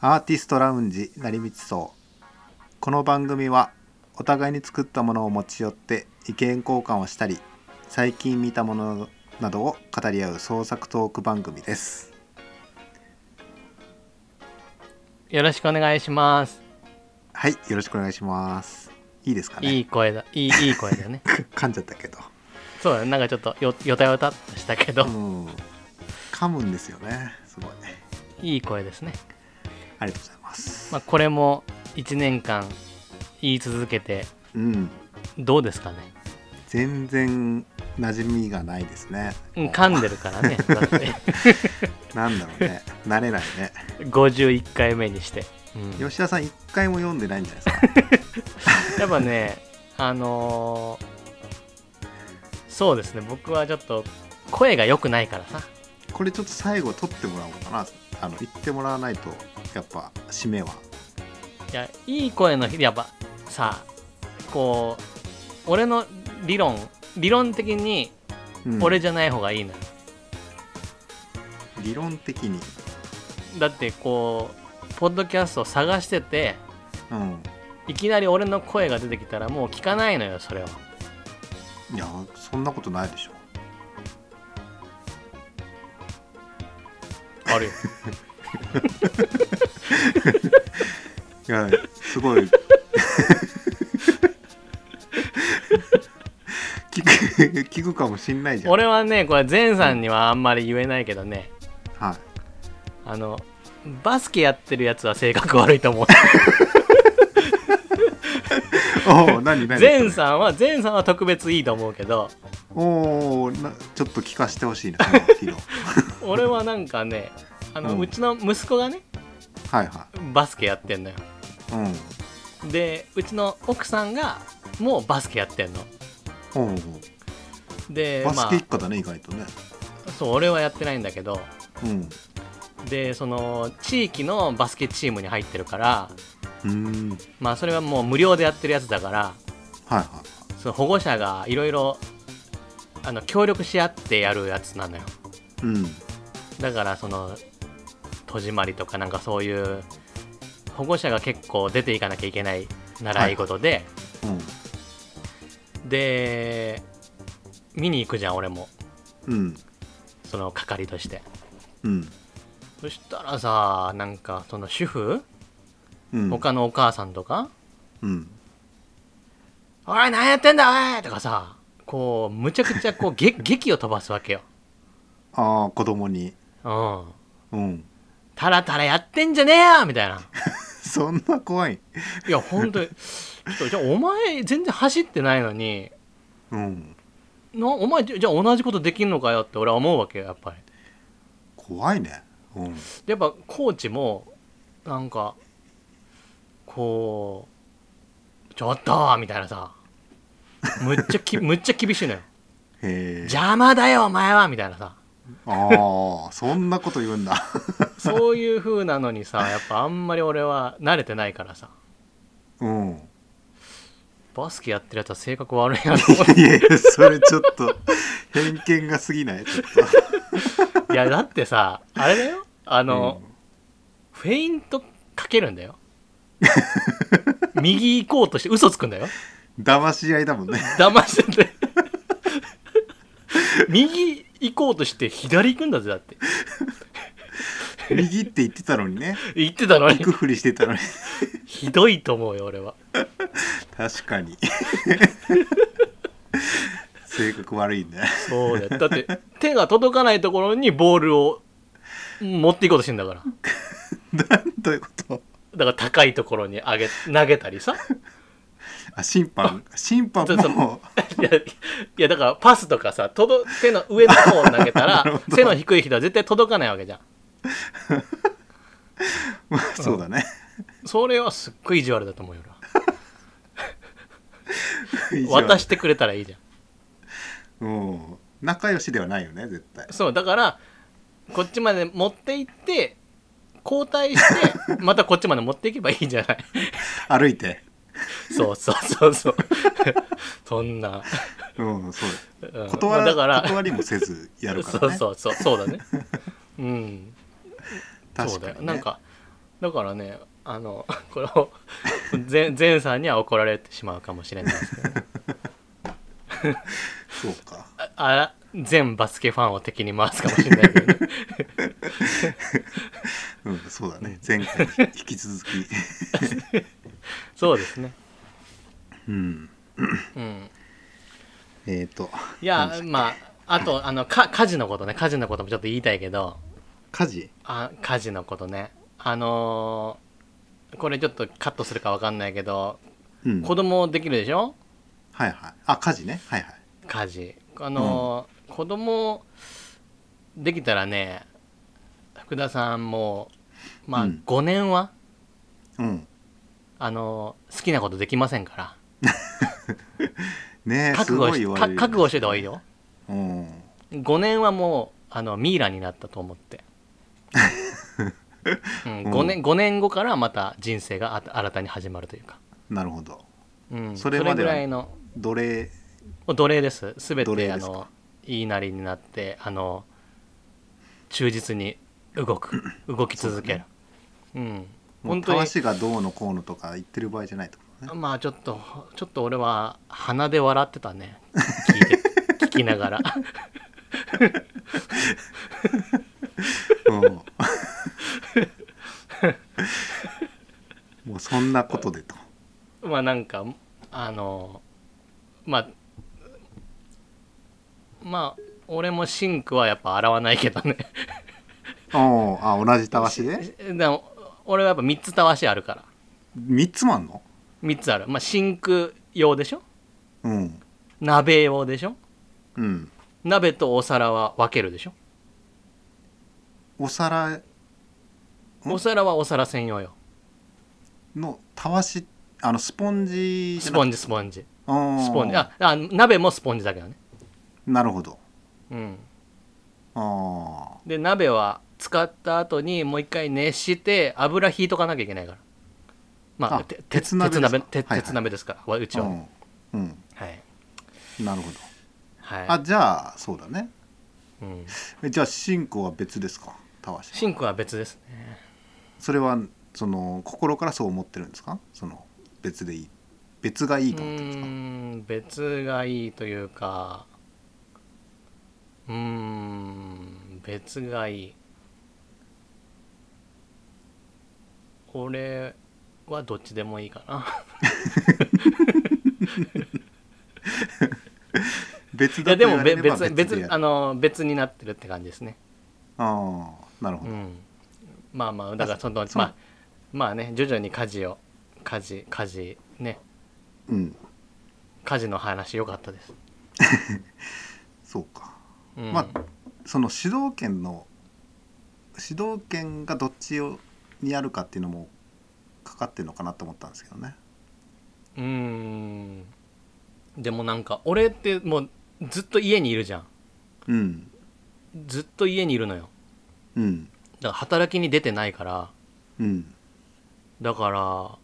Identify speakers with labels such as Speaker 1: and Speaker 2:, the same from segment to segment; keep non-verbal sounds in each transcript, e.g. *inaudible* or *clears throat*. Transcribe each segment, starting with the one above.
Speaker 1: アーティストラウンジ成光荘この番組はお互いに作ったものを持ち寄って意見交換をしたり最近見たものなどを語り合う創作トーク番組です
Speaker 2: よろしくお願いします。
Speaker 1: はいよろしくお願いしますいいですかね
Speaker 2: いい声だ。いい、いい声だよね。
Speaker 1: 噛んじゃったけど
Speaker 2: そうだね。なんかちょっとよ、よたよたっとしたけど
Speaker 1: う、ん噛むんですよねすごいね
Speaker 2: いい声ですね。
Speaker 1: ありがとうございます、
Speaker 2: まあ、これも1年間言い続けて、
Speaker 1: うん
Speaker 2: どうですかね。
Speaker 1: 全然馴染みがないですね
Speaker 2: うん噛んでるからね。だって、
Speaker 1: なんだろうね慣れないね
Speaker 2: 51回目にして。うん
Speaker 1: 吉田さん一回も読んでないんじゃないですか
Speaker 2: やっぱね、あのーそうですね。僕はちょっと、声が良くないからさ。
Speaker 1: これちょっと最後取ってもらおうかなあの言ってもらわないとやっぱ締めはい
Speaker 2: や、いい声の人、やっぱさ、こう、俺の理論、理論的に
Speaker 1: うん
Speaker 2: 俺じゃない方がいいのよ、
Speaker 1: 理論的に
Speaker 2: だってこうポッドキャストを探してて
Speaker 1: うん
Speaker 2: いきなり俺の声が出てきたらもう聞かないのよそれはい
Speaker 1: やそんなことないでしょ
Speaker 2: あるよ
Speaker 1: いやすごい *laughs* 聞く聞くかもしんないじゃん
Speaker 2: *laughs* 俺はねこれ善さんにはあんまり言えないけどね
Speaker 1: はい
Speaker 2: あのバスケやってるやつは性格悪いと思う
Speaker 1: おお *laughs* 何何
Speaker 2: 善さんは善さんは特別いいと思うけど
Speaker 1: おおなちょっと聞かせてほしいなその理論
Speaker 2: 俺はなんかねあの、
Speaker 1: う
Speaker 2: うんちの息子がね
Speaker 1: はいは
Speaker 2: バスケやってんのよ
Speaker 1: いうん
Speaker 2: でうちの奥さんがもうバスケやってんの
Speaker 1: おうおう
Speaker 2: で
Speaker 1: バスケ一
Speaker 2: ま
Speaker 1: 家だね意外とね
Speaker 2: あそう俺はやってないんだけど
Speaker 1: うん
Speaker 2: でその地域のバスケチームに入ってるから
Speaker 1: うーん
Speaker 2: まあそれはもう無料でやってるやつだから
Speaker 1: はいは
Speaker 2: その保護者がいろいろあの協力し合ってやるやつなのよ
Speaker 1: いうん
Speaker 2: だからその戸締まりとかなんかそういう保護者が結構出ていかなきゃいけない習い事で、で見に行くじゃん俺も
Speaker 1: うんうん
Speaker 2: その係として
Speaker 1: うん
Speaker 2: そしたらさなんかその主婦
Speaker 1: うん
Speaker 2: 他のお母さんとか、
Speaker 1: うん
Speaker 2: おい何やってんだおいとかさこうむちゃくちゃこうげ *laughs* 劇を飛ばすわけよ
Speaker 1: ああ子供に
Speaker 2: うん
Speaker 1: うん *laughs*
Speaker 2: タラタラやってんじゃねえよみたいな
Speaker 1: そんな怖い
Speaker 2: いや本当にちょじゃあお前全然走ってないのに
Speaker 1: うん
Speaker 2: なお前じゃじゃあ同じことできんのかよって俺は思うわけよやっぱり
Speaker 1: 怖いねうん
Speaker 2: でやっぱコーチもなんかこうちょっとみたいなさむっちゃき *laughs* むっちゃ厳しいのよ
Speaker 1: へえ
Speaker 2: 邪魔だよお前はみたいなさ
Speaker 1: ああそんなこと言うんだ *laughs*
Speaker 2: そういう風なのにさ、やっぱあんまり俺は慣れてないからさ、
Speaker 1: うん
Speaker 2: バスケやってるやつは性格悪いなと思っ
Speaker 1: いやいやそれちょっと偏見が過ぎないちょっと *laughs*
Speaker 2: て。いや、だってさ、あれだよあの、フェイントかけるんだよ。右行こうとして嘘つくんだよ。
Speaker 1: 騙し合いだもんね *laughs*
Speaker 2: 騙してて。右行こうとして左行くんだぜ、だって。
Speaker 1: 右って言ってたのにね
Speaker 2: 言ってたのに
Speaker 1: 行。くふりしてたのに *laughs*
Speaker 2: ひどいと思うよ、俺は。
Speaker 1: 確かに *laughs* 性格悪いね *laughs*
Speaker 2: そうだよ。だって、手が届かないところにボールを持っていこうとしてんだから。
Speaker 1: どういうこと
Speaker 2: だから高いところに上げ投げたりさ
Speaker 1: あ審
Speaker 2: *laughs*
Speaker 1: 判審判
Speaker 2: そうそう
Speaker 1: も
Speaker 2: いやいやだからパスとかさ届手の上の方を投げ
Speaker 1: *laughs*
Speaker 2: た
Speaker 1: なる
Speaker 2: ら
Speaker 1: ほど
Speaker 2: 背の低い人は絶対届かないわけじゃん
Speaker 1: まあ *laughs* そうだね
Speaker 2: それはすっごい意地悪だと思うよ
Speaker 1: 以
Speaker 2: 俺
Speaker 1: 上
Speaker 2: は渡してくれたらいいじゃん
Speaker 1: うん仲良しではないよね絶対
Speaker 2: そうだからこっちまで持って行って交
Speaker 1: *laughs*
Speaker 2: 代してまたこっちまで持っていけばいいじゃない
Speaker 1: 歩いて
Speaker 2: そうそうそうそうそんな、
Speaker 1: うんそう
Speaker 2: うん
Speaker 1: 断
Speaker 2: まあ
Speaker 1: ら
Speaker 2: だから
Speaker 1: 断りもせずやるか
Speaker 2: *laughs* そ
Speaker 1: ら
Speaker 2: う
Speaker 1: ね
Speaker 2: そうそうそうだねうんそう
Speaker 1: 確
Speaker 2: だ
Speaker 1: か
Speaker 2: よ
Speaker 1: にね
Speaker 2: なんかだからねあの *laughs* これを全全さんには怒られてしまうかもしれないですけど
Speaker 1: そうか
Speaker 2: ああ全バスケファンを敵に回すかもしれないけど、
Speaker 1: *laughs*
Speaker 2: ね、
Speaker 1: うんそうだね前回に引き続
Speaker 2: *laughs*
Speaker 1: き
Speaker 2: そうですね
Speaker 1: うん
Speaker 2: うん
Speaker 1: えっ、ー、と
Speaker 2: い
Speaker 1: 何でし
Speaker 2: や
Speaker 1: たっけ
Speaker 2: まああとあのか家事のことね家事のこともちょっと言いたいけど
Speaker 1: 家事
Speaker 2: あ家事のことねあのーこれちょっとカットするかわかんないけど
Speaker 1: うん
Speaker 2: 子供できるでしょ
Speaker 1: はいはいあ家事ねはいはい
Speaker 2: 家事あのー、子供できたらね福田さんもまあ
Speaker 1: うん
Speaker 2: 5年は、
Speaker 1: うん
Speaker 2: あのー好きなことできませんから
Speaker 1: ねえす
Speaker 2: 覚
Speaker 1: ご
Speaker 2: 悟
Speaker 1: い
Speaker 2: し
Speaker 1: 言わ
Speaker 2: か
Speaker 1: れる
Speaker 2: 覚悟しといた方がいいよ
Speaker 1: うん
Speaker 2: 5年はもうあのミイラになったと
Speaker 1: *laughs*
Speaker 2: 思って、うん、5, 年5年後からまた人生があた新たに始まるというか、
Speaker 1: なるほど
Speaker 2: うん、
Speaker 1: それまでは
Speaker 2: ぐらいの
Speaker 1: 奴隷
Speaker 2: もう奴隷です全
Speaker 1: 奴隷
Speaker 2: てあ
Speaker 1: ですか
Speaker 2: の言いなりになってあの忠実に動
Speaker 1: *clears throat*
Speaker 2: く動き続けるう,、ん
Speaker 1: も
Speaker 2: 本
Speaker 1: う
Speaker 2: 当に
Speaker 1: 話がどうのこうのとか言ってる場合じゃないってことね
Speaker 2: まあちょっとちょっと俺は鼻で笑ってたね
Speaker 1: *laughs*
Speaker 2: 聞いて聞きながら *laughs*
Speaker 1: うん
Speaker 2: *laughs*
Speaker 1: もうそんなことでと
Speaker 2: まあなんかあのまあまあ俺もシンクはやっぱ洗わないけどね *laughs*
Speaker 1: おーあ同じたわしで
Speaker 2: でも俺はやっぱ3つたわしあるから
Speaker 1: 3つもあんの
Speaker 2: 3つあるまあシンク用でしょ
Speaker 1: うん
Speaker 2: 鍋用でしょ
Speaker 1: うん
Speaker 2: 鍋とお皿は分けるでしょ、
Speaker 1: お皿うん
Speaker 2: お皿はお皿専用よ
Speaker 1: のたわしあのスポンジ
Speaker 2: スポ
Speaker 1: ンジ
Speaker 2: ンジスポンジ
Speaker 1: スポ
Speaker 2: スポンジああ鍋もスポンジだけどね
Speaker 1: なるほど
Speaker 2: うん
Speaker 1: あ
Speaker 2: で鍋は使った後にもう一回熱して油引いとかなきゃいけないからまあ
Speaker 1: あ
Speaker 2: てて
Speaker 1: 鉄
Speaker 2: 鉄
Speaker 1: 鍋ですか
Speaker 2: 鍋て
Speaker 1: はいはい
Speaker 2: 鉄鍋ですから、うち
Speaker 1: あ
Speaker 2: は、
Speaker 1: うん、うん、
Speaker 2: はい
Speaker 1: なるほど
Speaker 2: はい
Speaker 1: あじゃあそうだね
Speaker 2: うん、
Speaker 1: えじゃあシンクは別ですかたわし
Speaker 2: シンクは別ですね
Speaker 1: それはその心からそう思ってるんですかその別でいい別がいいうと思ってるんです
Speaker 2: ー
Speaker 1: か
Speaker 2: ん別がいいというかうーん別がいい俺はどっちでもいいかな
Speaker 1: 別
Speaker 2: い
Speaker 1: だ
Speaker 2: や
Speaker 1: と
Speaker 2: で
Speaker 1: 言
Speaker 2: も
Speaker 1: わ
Speaker 2: べ
Speaker 1: れれば別
Speaker 2: 別別
Speaker 1: でや
Speaker 2: あ
Speaker 1: る
Speaker 2: の別になってるって感じですね
Speaker 1: ああなるほ
Speaker 2: う
Speaker 1: ど、
Speaker 2: んまあまあだからその
Speaker 1: そう
Speaker 2: まあまあね徐々に家事を家事家事ね
Speaker 1: うん
Speaker 2: 家事の話良かったです、
Speaker 1: そうか、
Speaker 2: うん、
Speaker 1: まあその主導権の指導権がどっちをにあるかっていうのもかかってるのかなと思ったんですけどね
Speaker 2: うーんでもなんか俺ってもうずっと家にいるじゃん
Speaker 1: うん
Speaker 2: ずっと家にいるのよ
Speaker 1: うん
Speaker 2: だから働きに出てないから
Speaker 1: うん
Speaker 2: だから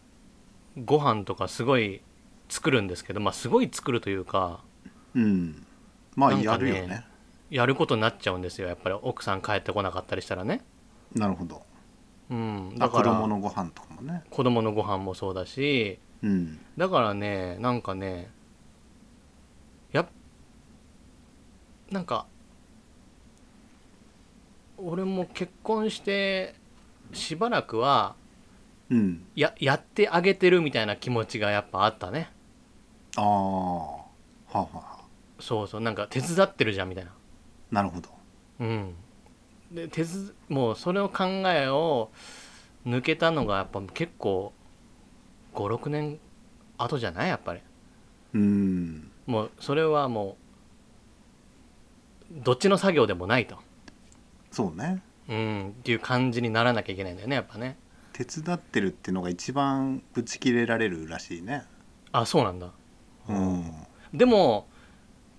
Speaker 2: ご飯とかすごい作るんですけどまあすごい作るというか
Speaker 1: うんまあ
Speaker 2: なん
Speaker 1: や
Speaker 2: か
Speaker 1: る
Speaker 2: ね
Speaker 1: よね
Speaker 2: やることになっちゃうんですよやっぱり奥さん帰ってこなかったりしたらね
Speaker 1: なるほど
Speaker 2: うん
Speaker 1: あ
Speaker 2: だか
Speaker 1: 子
Speaker 2: ら
Speaker 1: 供のご飯とかもね
Speaker 2: 子供のご飯もそうだし
Speaker 1: うん
Speaker 2: だからねなんかねやっなんか俺も結婚してしばらくは
Speaker 1: うん
Speaker 2: ややってあげてるみたいな気持ちがやっぱあったね
Speaker 1: ああはあはあはあ
Speaker 2: そうそうなんか手伝ってるじゃんみたいな
Speaker 1: なるほど
Speaker 2: うんで手伝もうそれの考えを抜けたのがやっぱ結構56年後じゃないやっぱり
Speaker 1: うん
Speaker 2: もうそれはもうどっちの作業でもないと、
Speaker 1: そうね
Speaker 2: うん、っていう感じにならなきゃいけないんだよねやっぱね
Speaker 1: 手伝ってるっていうのが一番打ち切れられるらしいね
Speaker 2: あそうなんだ
Speaker 1: うん
Speaker 2: でも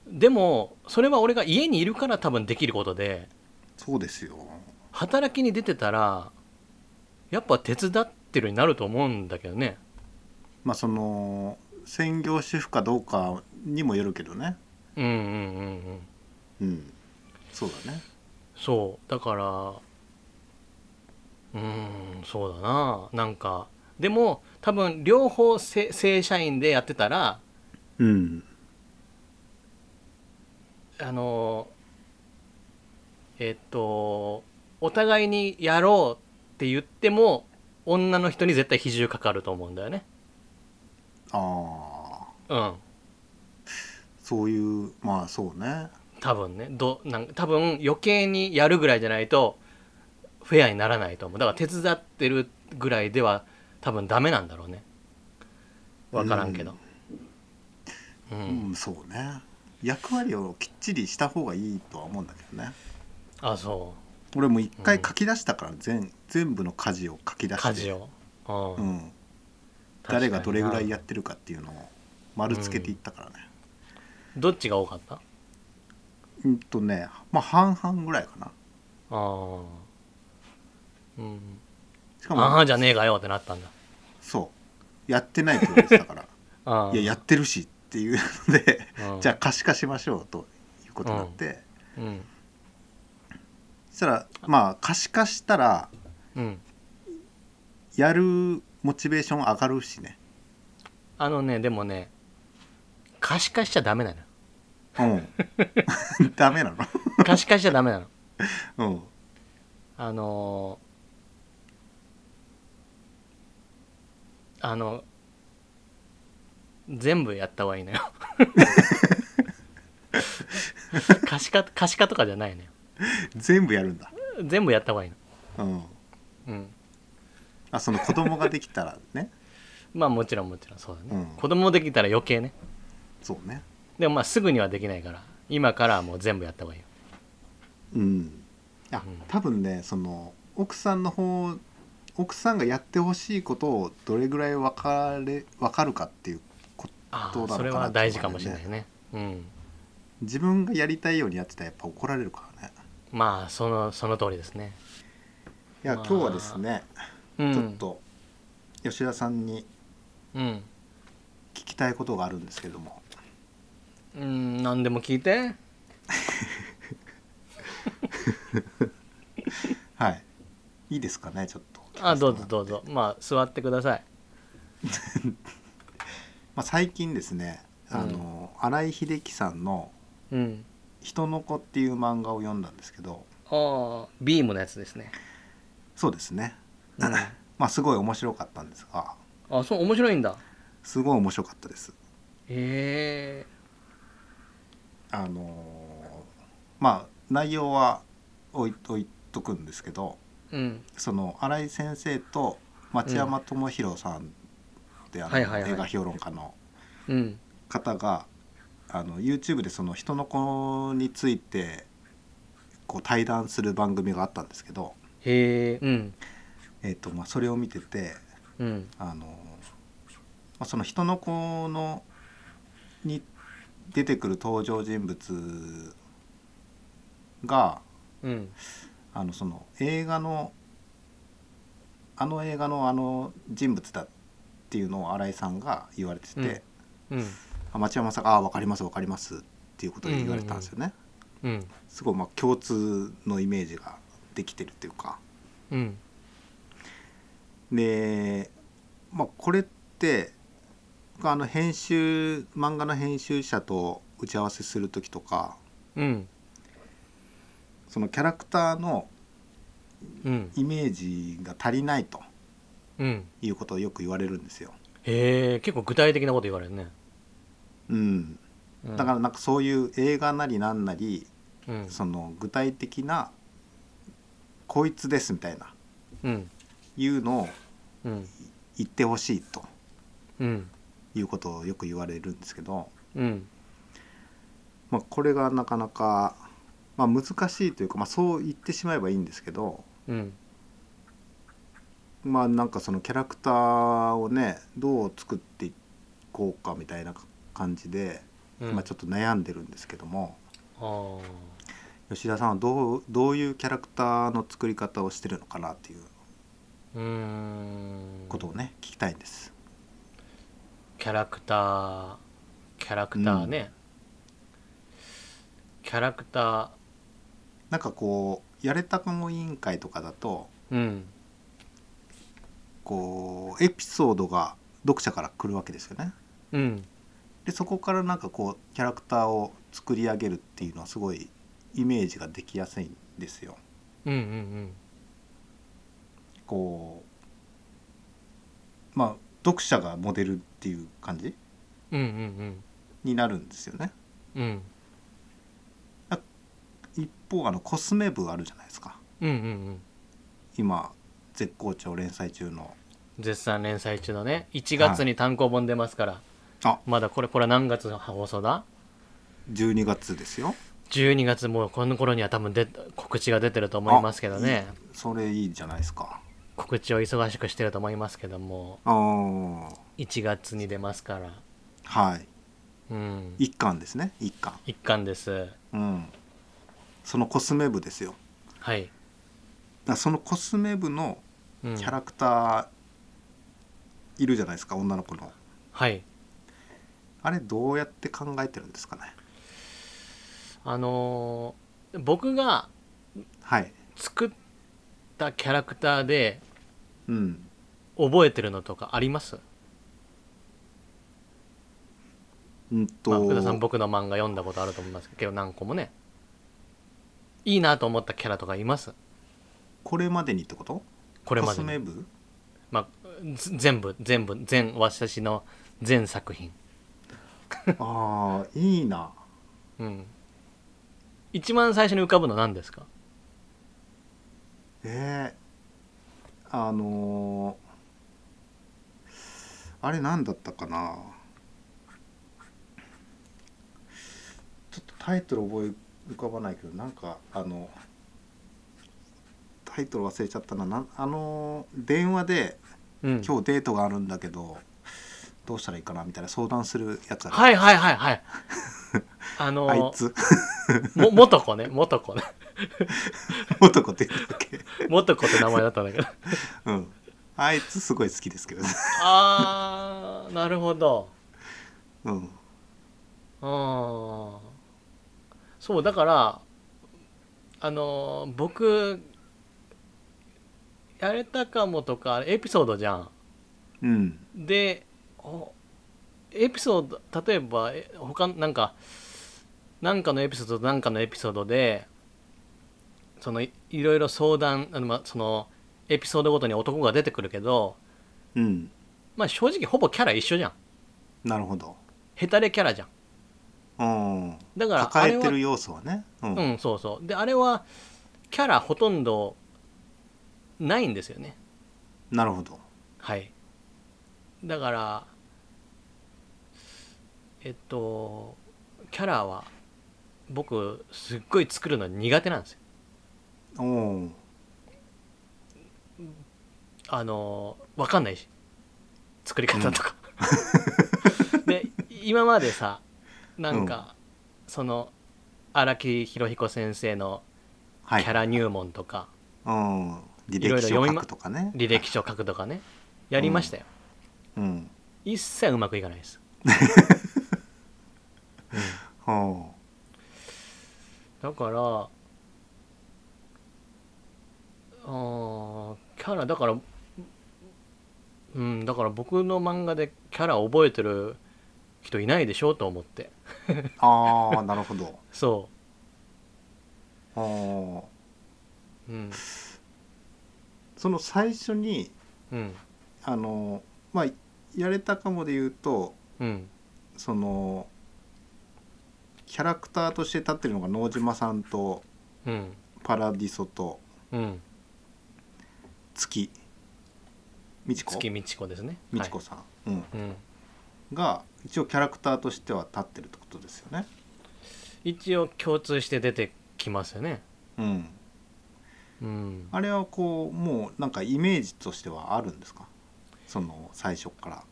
Speaker 2: でもそれは俺が家にいるから多分できることで
Speaker 1: そうですよ
Speaker 2: 働きに出てたらやっぱ手伝ってるになると思うんだけどね
Speaker 1: まあその専業主婦かどうかにもよるけどね
Speaker 2: うんうんうんうん
Speaker 1: うんそうだね
Speaker 2: そうだからうーんそうだななんかでも多分両方せ正社員でやってたら
Speaker 1: うん
Speaker 2: あのえっとお互いにやろうって言っても女の人に絶対比重かかると思うんだよね
Speaker 1: ああ
Speaker 2: うん
Speaker 1: そういうまあそうね
Speaker 2: 多分ねどなん多分余計にやるぐらいじゃないとフェアにならないと思うだから手伝ってるぐらいでは多分ダメなんだろうね分からんけどうん、
Speaker 1: うん、そうね役割をきっちりした方がいいとは思うんだけどね
Speaker 2: あそ
Speaker 1: 俺も一
Speaker 2: う
Speaker 1: 回
Speaker 2: ん
Speaker 1: 書き出したから全,、全部の家事を書き出
Speaker 2: う
Speaker 1: して
Speaker 2: 家事を、うん
Speaker 1: うん、誰がどれぐらいやっ
Speaker 2: 確か
Speaker 1: てるかっていうのを丸つけていったからね
Speaker 2: になどっちが多かったあ
Speaker 1: うん、とねまあ半々ぐらいかな
Speaker 2: あうん
Speaker 1: しか
Speaker 2: あ
Speaker 1: も
Speaker 2: あじゃねえかよってなったんだ
Speaker 1: そうやってないって言われてたから
Speaker 2: *laughs* ああ
Speaker 1: いややってるしっていうので
Speaker 2: うん
Speaker 1: じゃあ可視化しましょうということになって、
Speaker 2: うん
Speaker 1: そしたらまあ可視化したら
Speaker 2: うん
Speaker 1: やるモチベーション上がるしね
Speaker 2: あのねでもね可視化しちゃダメなの
Speaker 1: うん
Speaker 2: *laughs*
Speaker 1: ダメなの
Speaker 2: 可視化しちゃダメなの *laughs*
Speaker 1: うん
Speaker 2: あのーあの全部やった方がいいのよ *laughs* 可視化可視化とかじゃないのよ
Speaker 1: 全部やるんだ
Speaker 2: 全部やった方がいいの
Speaker 1: うん
Speaker 2: うん
Speaker 1: あその子供ができたらね
Speaker 2: まあもちろんもちろんそうだね、
Speaker 1: うん
Speaker 2: 子供できたら余計ね
Speaker 1: そうね
Speaker 2: でもまあすぐにはできないから今からはもう全部やった方がいいよ
Speaker 1: うんあ
Speaker 2: うん
Speaker 1: 多分ねその奥さんの方奥さんがやってほしいことをどれぐらい分かれ分かるかっていう
Speaker 2: あ
Speaker 1: どうなの
Speaker 2: あ
Speaker 1: かな
Speaker 2: それは大事かもしれないねうん
Speaker 1: 自分がやりたいようにやってたらやっぱ怒られるからね
Speaker 2: まあそのその通りですね
Speaker 1: いや
Speaker 2: まあ
Speaker 1: 今日はですね、
Speaker 2: うん
Speaker 1: ちょっと吉田さんに
Speaker 2: うん
Speaker 1: 聞きたいことがあるんですけども
Speaker 2: うん何でも聞いて
Speaker 1: はいいいですかねちょっと
Speaker 2: あどうぞどうぞまあ座ってください
Speaker 1: まあ、最近ですねあの、新井秀樹さんの
Speaker 2: うん
Speaker 1: 「人の子」っていう漫画を読んだんですけど
Speaker 2: ああビームのやつですね、
Speaker 1: そうですね
Speaker 2: うん、
Speaker 1: まあすごい面白かったんですが
Speaker 2: あそう面白いんだ
Speaker 1: すごい面白かったです
Speaker 2: へえ
Speaker 1: あのーまあ内容は置い置いとくんですけど
Speaker 2: うん
Speaker 1: その新井先生と町山智博さんで、あの
Speaker 2: はいはいはい
Speaker 1: 映画評論家の
Speaker 2: うん
Speaker 1: 方があの YouTube でその人の子についてこう対談する番組があったんですけど、
Speaker 2: へえうん
Speaker 1: えーとまあ、それを見てて
Speaker 2: うん
Speaker 1: あの、まあ、その人の子のに出てくる登場人物が
Speaker 2: うん
Speaker 1: あのその映画のあの映画のあの人物だっていうのを新井さんが言われてて、
Speaker 2: うんうん
Speaker 1: あ町山さんが「あ分かります分かります」っていうことで言われたんですよね。
Speaker 2: うん
Speaker 1: すごいまあ共通のイメージができてるっていうか
Speaker 2: うん
Speaker 1: で、まあ、これって僕あの編集漫画の編集者と打ち合わせする時とか
Speaker 2: うん
Speaker 1: そのキャラクターの
Speaker 2: うん
Speaker 1: イメージが足りないと
Speaker 2: うん
Speaker 1: いうことをよく言われるんですよ。
Speaker 2: へえ結構具体的なこと言われるね、
Speaker 1: うん、
Speaker 2: うん、
Speaker 1: だからなんかそういう映画なりなんなり
Speaker 2: らうん
Speaker 1: その具体的な「こいつです」みたいな
Speaker 2: うん
Speaker 1: いうのを
Speaker 2: うん
Speaker 1: 言ってほしいと
Speaker 2: うん
Speaker 1: いうことをよく言われるんですけど。
Speaker 2: うん
Speaker 1: まあ、これがなかなか、まあ、難しいというか、まあ、そう言ってしまえばいいんですけど、
Speaker 2: うん
Speaker 1: まあ、なんかそのキャラクターをねどう作っていこうかみたいな感じで、
Speaker 2: うん
Speaker 1: まあ、ちょっと悩んでるんですけども
Speaker 2: あ
Speaker 1: 吉田さんはどうどういうキャラクターの作り方をしてるのかなっていう
Speaker 2: あうーん
Speaker 1: ことをね聞きたいんです。
Speaker 2: キャラクターキャラクターね、キャラクター
Speaker 1: なんかこうやれたかも委員会とかだと
Speaker 2: うん
Speaker 1: こうエピソードが読者から来るわけですよね。
Speaker 2: うん
Speaker 1: でそこからなんかこうキャラクターを作り上げるっていうのはすごいイメージができやすいんですよ。
Speaker 2: うんうん
Speaker 1: こうまあ読者がモデルっていう感じ
Speaker 2: うんうんうん
Speaker 1: になるんですよね。
Speaker 2: うんうん
Speaker 1: 一方あのコスメ部あるじゃないですか。
Speaker 2: うんうんうん
Speaker 1: 今絶好調連載中の
Speaker 2: 絶賛連載中のね1月に単行本出ますから、
Speaker 1: あ
Speaker 2: まだこれこれは何月の放送だ
Speaker 1: 12月ですよ。
Speaker 2: 12月もうこの頃には多分で告知が出てると思いますけどね
Speaker 1: あいいそれいいじゃないですか。
Speaker 2: 告知を忙しくしてると思いますけども
Speaker 1: あー
Speaker 2: 1月に出ますから
Speaker 1: はい。
Speaker 2: うん
Speaker 1: 一巻ですね一巻。
Speaker 2: 一巻です
Speaker 1: うん。そのコスメ部ですよ。
Speaker 2: はい、
Speaker 1: だからそのコスメ部の
Speaker 2: うん、
Speaker 1: キャラクターいるじゃないですか女の子の
Speaker 2: はい
Speaker 1: あれどうやって考えてるんですかね
Speaker 2: あのー僕が
Speaker 1: はい
Speaker 2: 作ったキャラクターで
Speaker 1: うん
Speaker 2: 覚えてるのとかあります、
Speaker 1: うん
Speaker 2: まあ、
Speaker 1: と、
Speaker 2: 福田さん僕の漫画読んだことあると思いますけど何個もねいいなと思ったキャラとかいます
Speaker 1: これまでにってこと
Speaker 2: これま
Speaker 1: コ
Speaker 2: で
Speaker 1: スメ
Speaker 2: に、
Speaker 1: 部
Speaker 2: まあ、ず全部全部全私の全作品
Speaker 1: ああいいな
Speaker 2: うん一番最初に浮かぶの何ですか
Speaker 1: えー、あのーあれ何だったかなちょっとタイトル覚え浮かばないけどなんかあのタイトル忘れちゃったななんあのー電話で
Speaker 2: うん
Speaker 1: 「今日デートがあるんだけど、どうしたらいいかな」みたいな相談するやつある、
Speaker 2: はいはいはいはい
Speaker 1: *laughs*
Speaker 2: あの
Speaker 1: あいつ *laughs*
Speaker 2: も元子ね元子ね
Speaker 1: 男って言うんだっけ
Speaker 2: 元子って名前だったんだけど
Speaker 1: うんあいつすごい好きですけどね
Speaker 2: あーなるほど
Speaker 1: うん
Speaker 2: あーそうだからあのー僕やれたかもとかあれエピソードじゃん
Speaker 1: うん
Speaker 2: でおエピソード例えばえ他なんかなんかのエピソードなんかのエピソードでそのいいろいろ相談あの、まあ、そのエピソードごとに男が出てくるけど
Speaker 1: うん
Speaker 2: まあ正直ほぼキャラ一緒じゃん
Speaker 1: なるほど
Speaker 2: ヘタレキャラじゃん
Speaker 1: うん
Speaker 2: だからあ
Speaker 1: 抱
Speaker 2: れ
Speaker 1: え
Speaker 2: は
Speaker 1: てる要素はね、うん
Speaker 2: うん、そうそう。で、あれは、キャラほとんどないんですよね。
Speaker 1: なるほど
Speaker 2: はい。だから、えっと、キャラは、僕、すっごい作るの苦手なんですよ。
Speaker 1: おお
Speaker 2: あの、わかんないし。作り方とか。で、今までさ、なんか、その、荒木博彦先生の
Speaker 1: はい
Speaker 2: キャラ入門とか、
Speaker 1: うん履
Speaker 2: いろいろ
Speaker 1: 歴書を
Speaker 2: 読み
Speaker 1: 書
Speaker 2: ま
Speaker 1: くとかね
Speaker 2: 履歴書書くとかね、やりましたよ。
Speaker 1: うん
Speaker 2: 一切うまくいかないです、うん
Speaker 1: は
Speaker 2: だからあーキャラだからうんだから僕の漫画でキャラ覚えてる人いないでしょと思って
Speaker 1: ああーな *laughs* るほど
Speaker 2: そ
Speaker 1: あー
Speaker 2: ううん
Speaker 1: その最初に
Speaker 2: うん
Speaker 1: あのまあやれたかもで言うと
Speaker 2: うん
Speaker 1: そのキャラクターとして立ってるのが能島さんと
Speaker 2: うん
Speaker 1: パラディソと
Speaker 2: うん
Speaker 1: 月美智子
Speaker 2: 月美智子ですね
Speaker 1: 美智子さん、うん、
Speaker 2: はいうん、
Speaker 1: が一応キャラクターとしては立ってるってことですよね。
Speaker 2: 一応共通して出てきますよね
Speaker 1: うん、
Speaker 2: うん
Speaker 1: あれはこうもうなんかイメージとしてはあるんですかその最初から。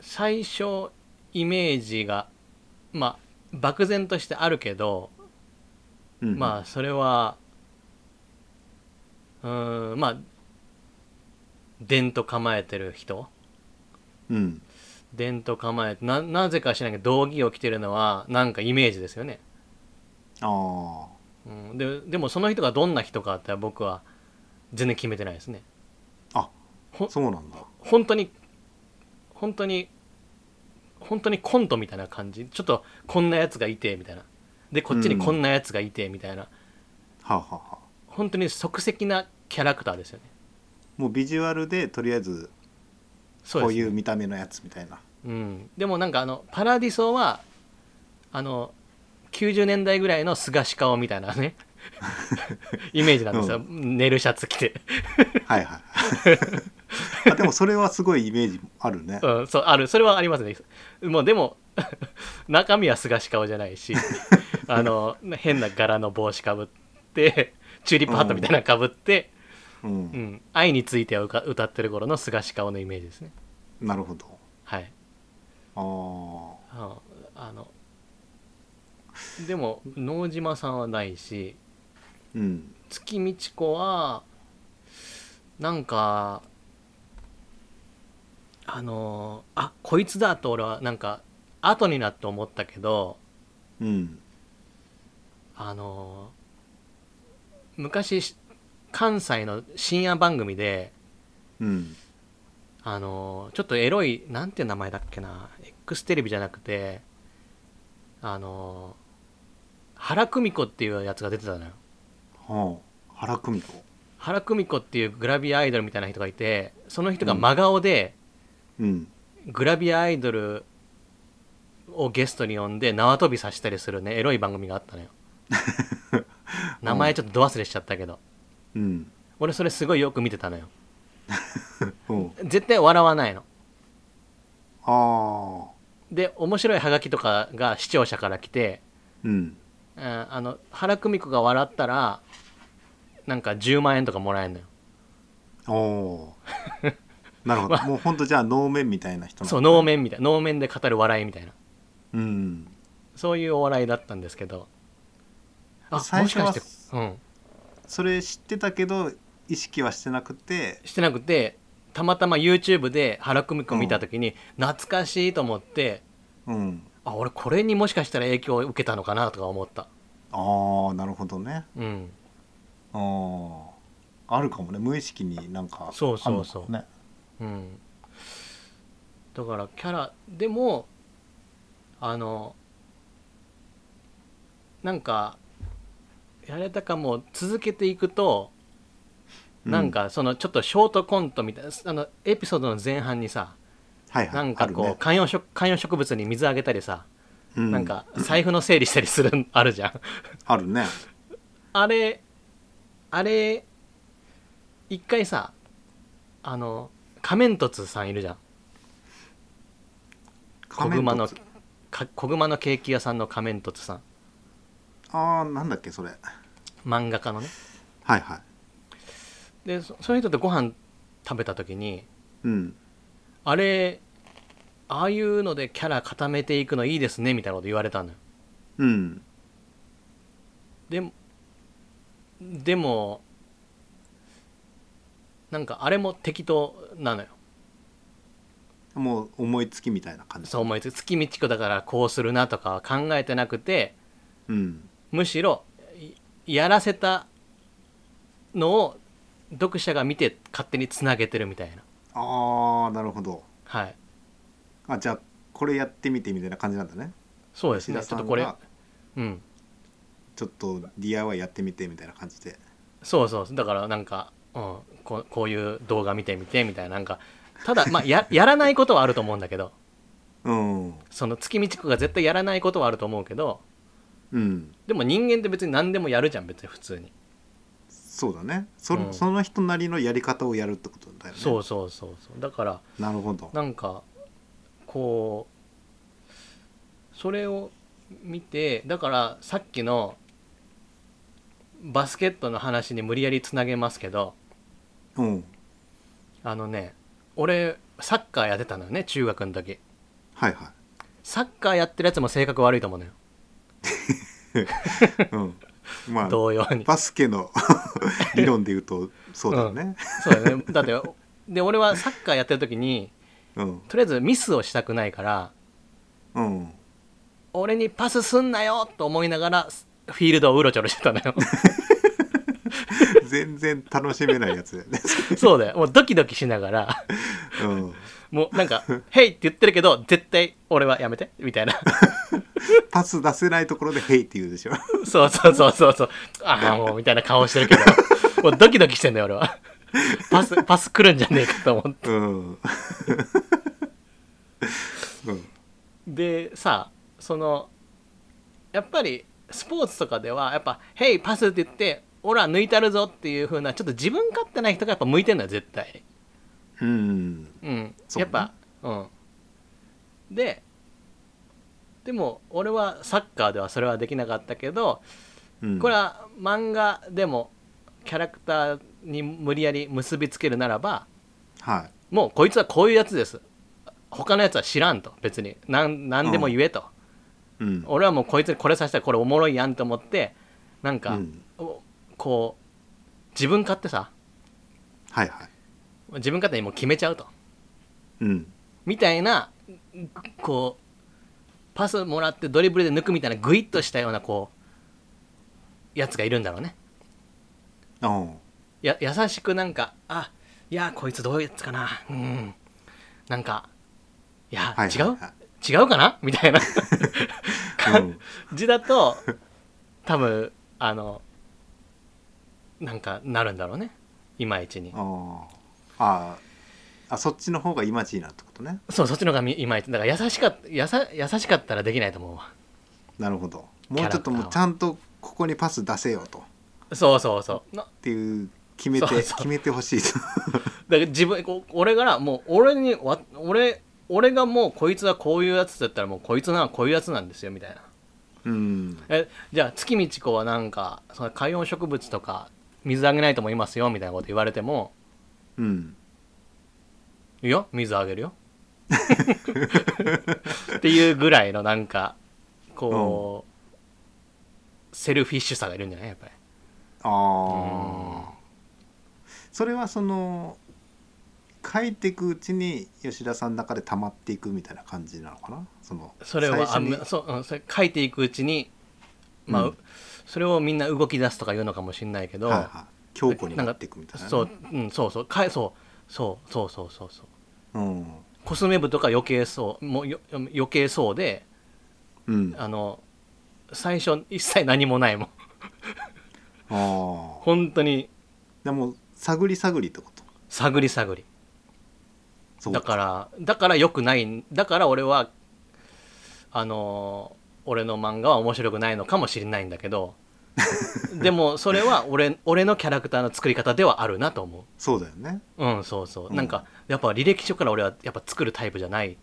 Speaker 2: 最初イメージがまあ漠然としてあるけど
Speaker 1: うん、
Speaker 2: ま
Speaker 1: *laughs*
Speaker 2: あそれはうーんまあ伝と構えてる人
Speaker 1: うん、
Speaker 2: 伝と構えてななぜか知らないけど道着を着てるのはなんかイメージですよね、
Speaker 1: あ
Speaker 2: うん、ででもその人がどんな人かって僕は全然決めてないですね
Speaker 1: ああ
Speaker 2: ほ
Speaker 1: そうなんだ
Speaker 2: 本当に本当に本当にコントみたいな感じちょっとこんなやつがいてみたいなでこっちにこんなやつがいてみたいな、
Speaker 1: はあ、はあはあ、
Speaker 2: 本当に即席なキャラクターですよね
Speaker 1: もうビジュアルでとりあえず
Speaker 2: そう
Speaker 1: こ
Speaker 2: です
Speaker 1: う
Speaker 2: ね
Speaker 1: いう見た目のやつみたいな
Speaker 2: うん、でもなんかあのパラディソはあの90年代ぐらいの菅氏顔みたいなね *laughs* イメージなんですよ、
Speaker 1: う
Speaker 2: 寝るシャツ着て、
Speaker 1: はいはい
Speaker 2: *laughs*
Speaker 1: あでもそれはすごいイメージあるね、
Speaker 2: うん、そうあるそれはありますねもうでも *laughs* 中身は菅氏顔じゃない *laughs* しあの変な柄の帽子かぶってチューリップハットみたいなのかぶって、
Speaker 1: うん
Speaker 2: うん愛について」を歌歌ってる頃の菅氏顔のイメージですね
Speaker 1: なるほど
Speaker 2: はい
Speaker 1: ああ
Speaker 2: ああのでも能島さんはないし
Speaker 1: うん
Speaker 2: 月美智子はなんかあのーあこいつだと俺はなんか後になって思ったけど
Speaker 1: うん
Speaker 2: あのー昔し関西の深夜番組で
Speaker 1: うん
Speaker 2: あのーちょっとエロいなんて名前だっけな X テレビじゃなくてあのー原久美子っていうやつが出てたのよ
Speaker 1: はあ原久美子
Speaker 2: 原久美子っていうグラビアアイドルみたいな人がいてその人が真顔で
Speaker 1: うん
Speaker 2: グラビアアイドルをゲストに呼んで縄跳びさせたりするねエロい番組が
Speaker 1: *laughs*
Speaker 2: あったのよ名前ちょっとど忘れしちゃったけど、
Speaker 1: うん
Speaker 2: 俺それすごいよく見てたのよ
Speaker 1: うん
Speaker 2: 絶対笑わないの
Speaker 1: ああ
Speaker 2: で面白いハガキとかが視聴者から来て、
Speaker 1: うん
Speaker 2: うんあの原久美子が笑ったらなんか10万円とかもらえるのよ
Speaker 1: おおーなるほど、もうほんとじゃあ能面みたいな人なの
Speaker 2: そう能面みたい能面で語る笑いみたいな
Speaker 1: うん
Speaker 2: そういうお笑いだったんですけどあもし
Speaker 1: 最
Speaker 2: か
Speaker 1: 初は
Speaker 2: してうん
Speaker 1: それ知ってたけど意識はしてなくて
Speaker 2: してなくてたまたま YouTube で原久美子見た時に、懐かしいと思って
Speaker 1: うん
Speaker 2: あ俺これにもしかしたら影響を受けたのかなとか思った
Speaker 1: ああなるほどね
Speaker 2: うん
Speaker 1: あーあるかもね無意識になんか
Speaker 2: そうそうそう
Speaker 1: あんのかもね
Speaker 2: うんだからキャラでもあのなんかやれたかも続けていくとなん、
Speaker 1: う
Speaker 2: かそのちょっとショートコントみたいな、あのエピソードの前半にさ
Speaker 1: はいはい、
Speaker 2: なんかこう、
Speaker 1: あるね
Speaker 2: 観葉植観葉植物に水あげたりさ、
Speaker 1: う
Speaker 2: なんか財布の整理したりするあるじゃん *laughs*
Speaker 1: あるね
Speaker 2: あれあれ一回さあの仮面凸さんいるじゃん小熊の
Speaker 1: 仮面凸
Speaker 2: か小熊のケーキ屋さんの仮面凸さん
Speaker 1: ああなんだっけそれ
Speaker 2: 漫画家のね
Speaker 1: はいはい
Speaker 2: でそその人とご飯食べた時に
Speaker 1: うん
Speaker 2: あれああいうのでキャラ固めていくのいいですねみたいなこと言われたのよ
Speaker 1: うん
Speaker 2: でもでもなんかあれも適当なのよ
Speaker 1: もう思いつきみたいな感じ
Speaker 2: そう思いつつ月道子だからこうするなとかは考えてなくて
Speaker 1: うん
Speaker 2: むしろいやらせたのを読者が見て勝手につなげてるみたいな
Speaker 1: ああなるほど
Speaker 2: はい
Speaker 1: あじゃあこれやってみてみたいな感じなんだね
Speaker 2: そうです
Speaker 1: 吉
Speaker 2: ね
Speaker 1: 田
Speaker 2: ち
Speaker 1: さ
Speaker 2: ょっと
Speaker 1: ん
Speaker 2: これ
Speaker 1: が
Speaker 2: うん
Speaker 1: ちょっと DIY やってみてみたいな感じで
Speaker 2: そうそうだからなんか、うん、ここういう動画見てみてみたいななんかただまあや *laughs* やらないことはあると思うんだけど
Speaker 1: うん
Speaker 2: その月道子が絶対やらないことはあると思うけど
Speaker 1: うん
Speaker 2: でも人間って別に何でもやるじゃん別に普通に、
Speaker 1: そうだねそ,、
Speaker 2: うん
Speaker 1: その人なりのやり方をやるってことだよね
Speaker 2: そうそうそうそうだから
Speaker 1: なるほど
Speaker 2: なんかこうそれを見てだからさっきのバスケットの話に無理やりつなげますけど
Speaker 1: うん
Speaker 2: あのね俺サッカーやってたのよね中学の時
Speaker 1: はいは
Speaker 2: サッカーやってるやつも性格悪いと思うのよ *laughs*
Speaker 1: いうんまあ
Speaker 2: 同様に
Speaker 1: バスケの *laughs* 理論で言うとそうだよね
Speaker 2: そうだよねだってで俺はサッカーやってる時に
Speaker 1: うん
Speaker 2: とりあえずミスをしたくないから
Speaker 1: うん
Speaker 2: 俺にパスすんなよと思いながらフィールドをうろちょろしてたのよ
Speaker 1: 全然楽しめないやつ
Speaker 2: *laughs*
Speaker 1: だよね。
Speaker 2: そうだよもうドキドキしながら
Speaker 1: うん、
Speaker 2: もうなんか *laughs* 「ヘイ!」って言ってるけど絶対俺はやめてみたいな *laughs*
Speaker 1: パス出せないところで「ヘイ」って言うでしょ。
Speaker 2: そうそうそうそうそうああもうみたいな顔してるけども *laughs* うドキドキしてんだよ俺は *laughs* パスパス来るんじゃねえかと思って
Speaker 1: うん。 *laughs* うん。
Speaker 2: でさそのやっぱりスポーツとかではやっぱ「ヘイパス」って言って「オラ抜いたるぞ」っていう風なちょっと自分勝手な人がやっぱ向いてんだよ絶対
Speaker 1: うん。
Speaker 2: うん
Speaker 1: そう
Speaker 2: や
Speaker 1: ね
Speaker 2: っぱうんででも俺はサッカーではそれはできなかったけど
Speaker 1: うん
Speaker 2: これは漫画でもキャラクターに無理やり結びつけるならば
Speaker 1: は
Speaker 2: もうこいつはこういうやつです他のやつは知らんと別に何何でも言えと、
Speaker 1: い。うん。
Speaker 2: 俺はもうこいつにこれさせたらこれおもろいやんと思ってなん
Speaker 1: う
Speaker 2: か、
Speaker 1: ん
Speaker 2: おこう自分勝手さ
Speaker 1: はいはい。
Speaker 2: 自分勝手にもう決めちゃうと
Speaker 1: うん。
Speaker 2: みたいなこうパスもらってドリブルで抜くみたいなグイッとしたようなこうやつがいるんだろうね
Speaker 1: おう
Speaker 2: や優しくなんかあいやこいつどういうやつかなうんなんかいや、
Speaker 1: はいはい
Speaker 2: 違う
Speaker 1: は
Speaker 2: 違うかな
Speaker 1: *laughs*
Speaker 2: みたいな
Speaker 1: いうん。
Speaker 2: 感じだと多分あのなんかなるんだろうねいまいちに
Speaker 1: あああああそっちの方がイマジーなってことね
Speaker 2: そうそっちの方がみいまいちだから優しかった優優しかったらできないと思うわ
Speaker 1: なるほどもうちょっと
Speaker 2: キャラクターは
Speaker 1: もうちゃんとここにパス出せよとっ
Speaker 2: そうそうそうな
Speaker 1: ていう決めて
Speaker 2: そうそう
Speaker 1: 決めてほしい *laughs* と
Speaker 2: だから自分こ俺からもう俺にわ俺俺がもうこいつはこういうやつだったらもうこいつなこういうやつなんですよみたいな
Speaker 1: うん
Speaker 2: えじゃあ月道子はなんかその海洋植物とか水あげないと思いますよみたいなこと言われても
Speaker 1: うん
Speaker 2: いいよ水あ
Speaker 1: *laughs*
Speaker 2: げるよっていうぐらいのなんかこう、セルフィッシュさがいるんじゃないやっぱり
Speaker 1: ああそれはその書いていくうちに吉田さんの中で溜まっていくみたいな感じなのかなその
Speaker 2: それは
Speaker 1: 最
Speaker 2: あ
Speaker 1: 初に
Speaker 2: むそう、うん、それ書いていくうちにまあ、
Speaker 1: うん
Speaker 2: それをみんな動き出すとか言うのかもしれないけど、
Speaker 1: はいはい、強固になっていくみたいなね、
Speaker 2: そう、うん、そうそうかいそうそうそうそうそうそう
Speaker 1: うん
Speaker 2: コスメ部とか余計そうもうよ余計そうで
Speaker 1: うん、あ
Speaker 2: あの最初一切何もないもん *laughs*
Speaker 1: あ
Speaker 2: 本当に
Speaker 1: でも探り探りってこと
Speaker 2: 探り探り
Speaker 1: そう
Speaker 2: だからだから良くないだから俺はあの俺の漫画は面白くないのかもしれないんだ
Speaker 1: *laughs*
Speaker 2: けどでもそれは俺俺のキャラクターの作り方ではあるなと思
Speaker 1: そうだよね
Speaker 2: ううんそうそう、
Speaker 1: うん
Speaker 2: なんかやっぱ履歴書から俺はやっぱ作るタイプじゃない、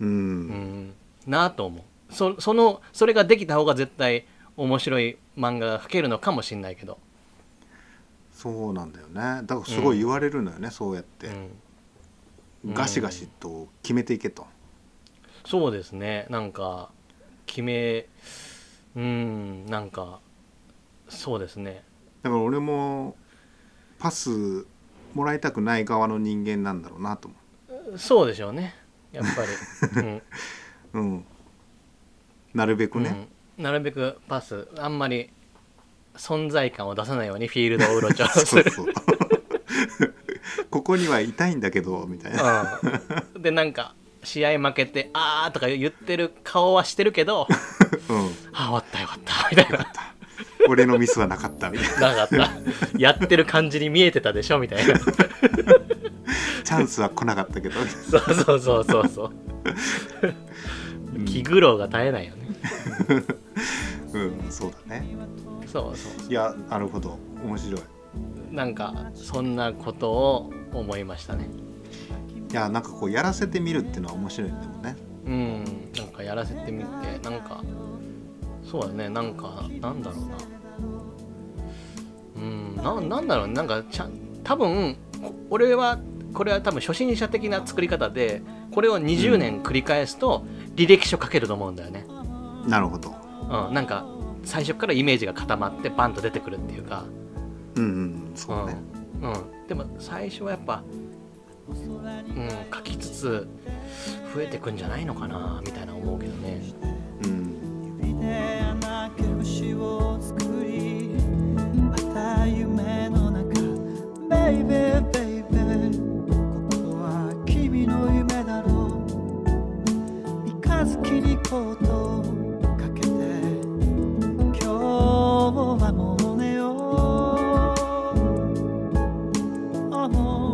Speaker 1: うん
Speaker 2: うん、なと思うそそのそれができた方が絶対面白い漫画が描けるのかもしれないけど
Speaker 1: そうなんだよねだからすごい言われるのよね、そうやって
Speaker 2: う、ん
Speaker 1: ガシガシと決めていけと、
Speaker 2: そうですねなんか決めうんなんかそうですね
Speaker 1: だから俺もパスもらいたくない側の人間なんだろうなと思
Speaker 2: そうでしょうねやっ
Speaker 1: *laughs*
Speaker 2: ぱり、うん
Speaker 1: う、うん、なるべくね、
Speaker 2: うんなるべくパスあんまり存在感を出さないようにフィールドをうろちょろする
Speaker 1: そう *laughs* ここにはいたいんだけどみたいな、
Speaker 2: うんでなんか試合負けて「あー」とか言ってる顔はしてるけど「
Speaker 1: う
Speaker 2: あー終わったよかった」みたいな。
Speaker 1: ん、俺のミスはなかったみたいな
Speaker 2: なかったやってる感じに見えてたでしょみたいな
Speaker 1: チャンスは来なかったけど
Speaker 2: そうそうそうそうそう気苦労が絶えないよね
Speaker 1: うんそうだね
Speaker 2: そうそう
Speaker 1: いやなるほど面白い
Speaker 2: なんかそんなことを思いましたね
Speaker 1: いやなんかこうやらせてみるっていうのは面白いんだもんね
Speaker 2: うんなんかやらせてみてなんかそうだねなんかなんだろうなうんななんだろうなんかちゃん多分こ俺はこれは多分初心者的な作り方でこれを20年繰り返すと履歴書書けると思うんだよね、
Speaker 1: なるほど
Speaker 2: うん、なんか最初からイメージが固まってバンと出てくるっていうか
Speaker 1: うんうんそうね、
Speaker 2: うんうん、でも最初はやっぱ、うん、書きつつ増えてくんじゃないのかなみたいな思うけどね
Speaker 1: うん
Speaker 3: 指で甘く虫を作りまた夢ベイベイベイここは君の夢だろう三日月にコートをかけて今日はもう寝ようあもう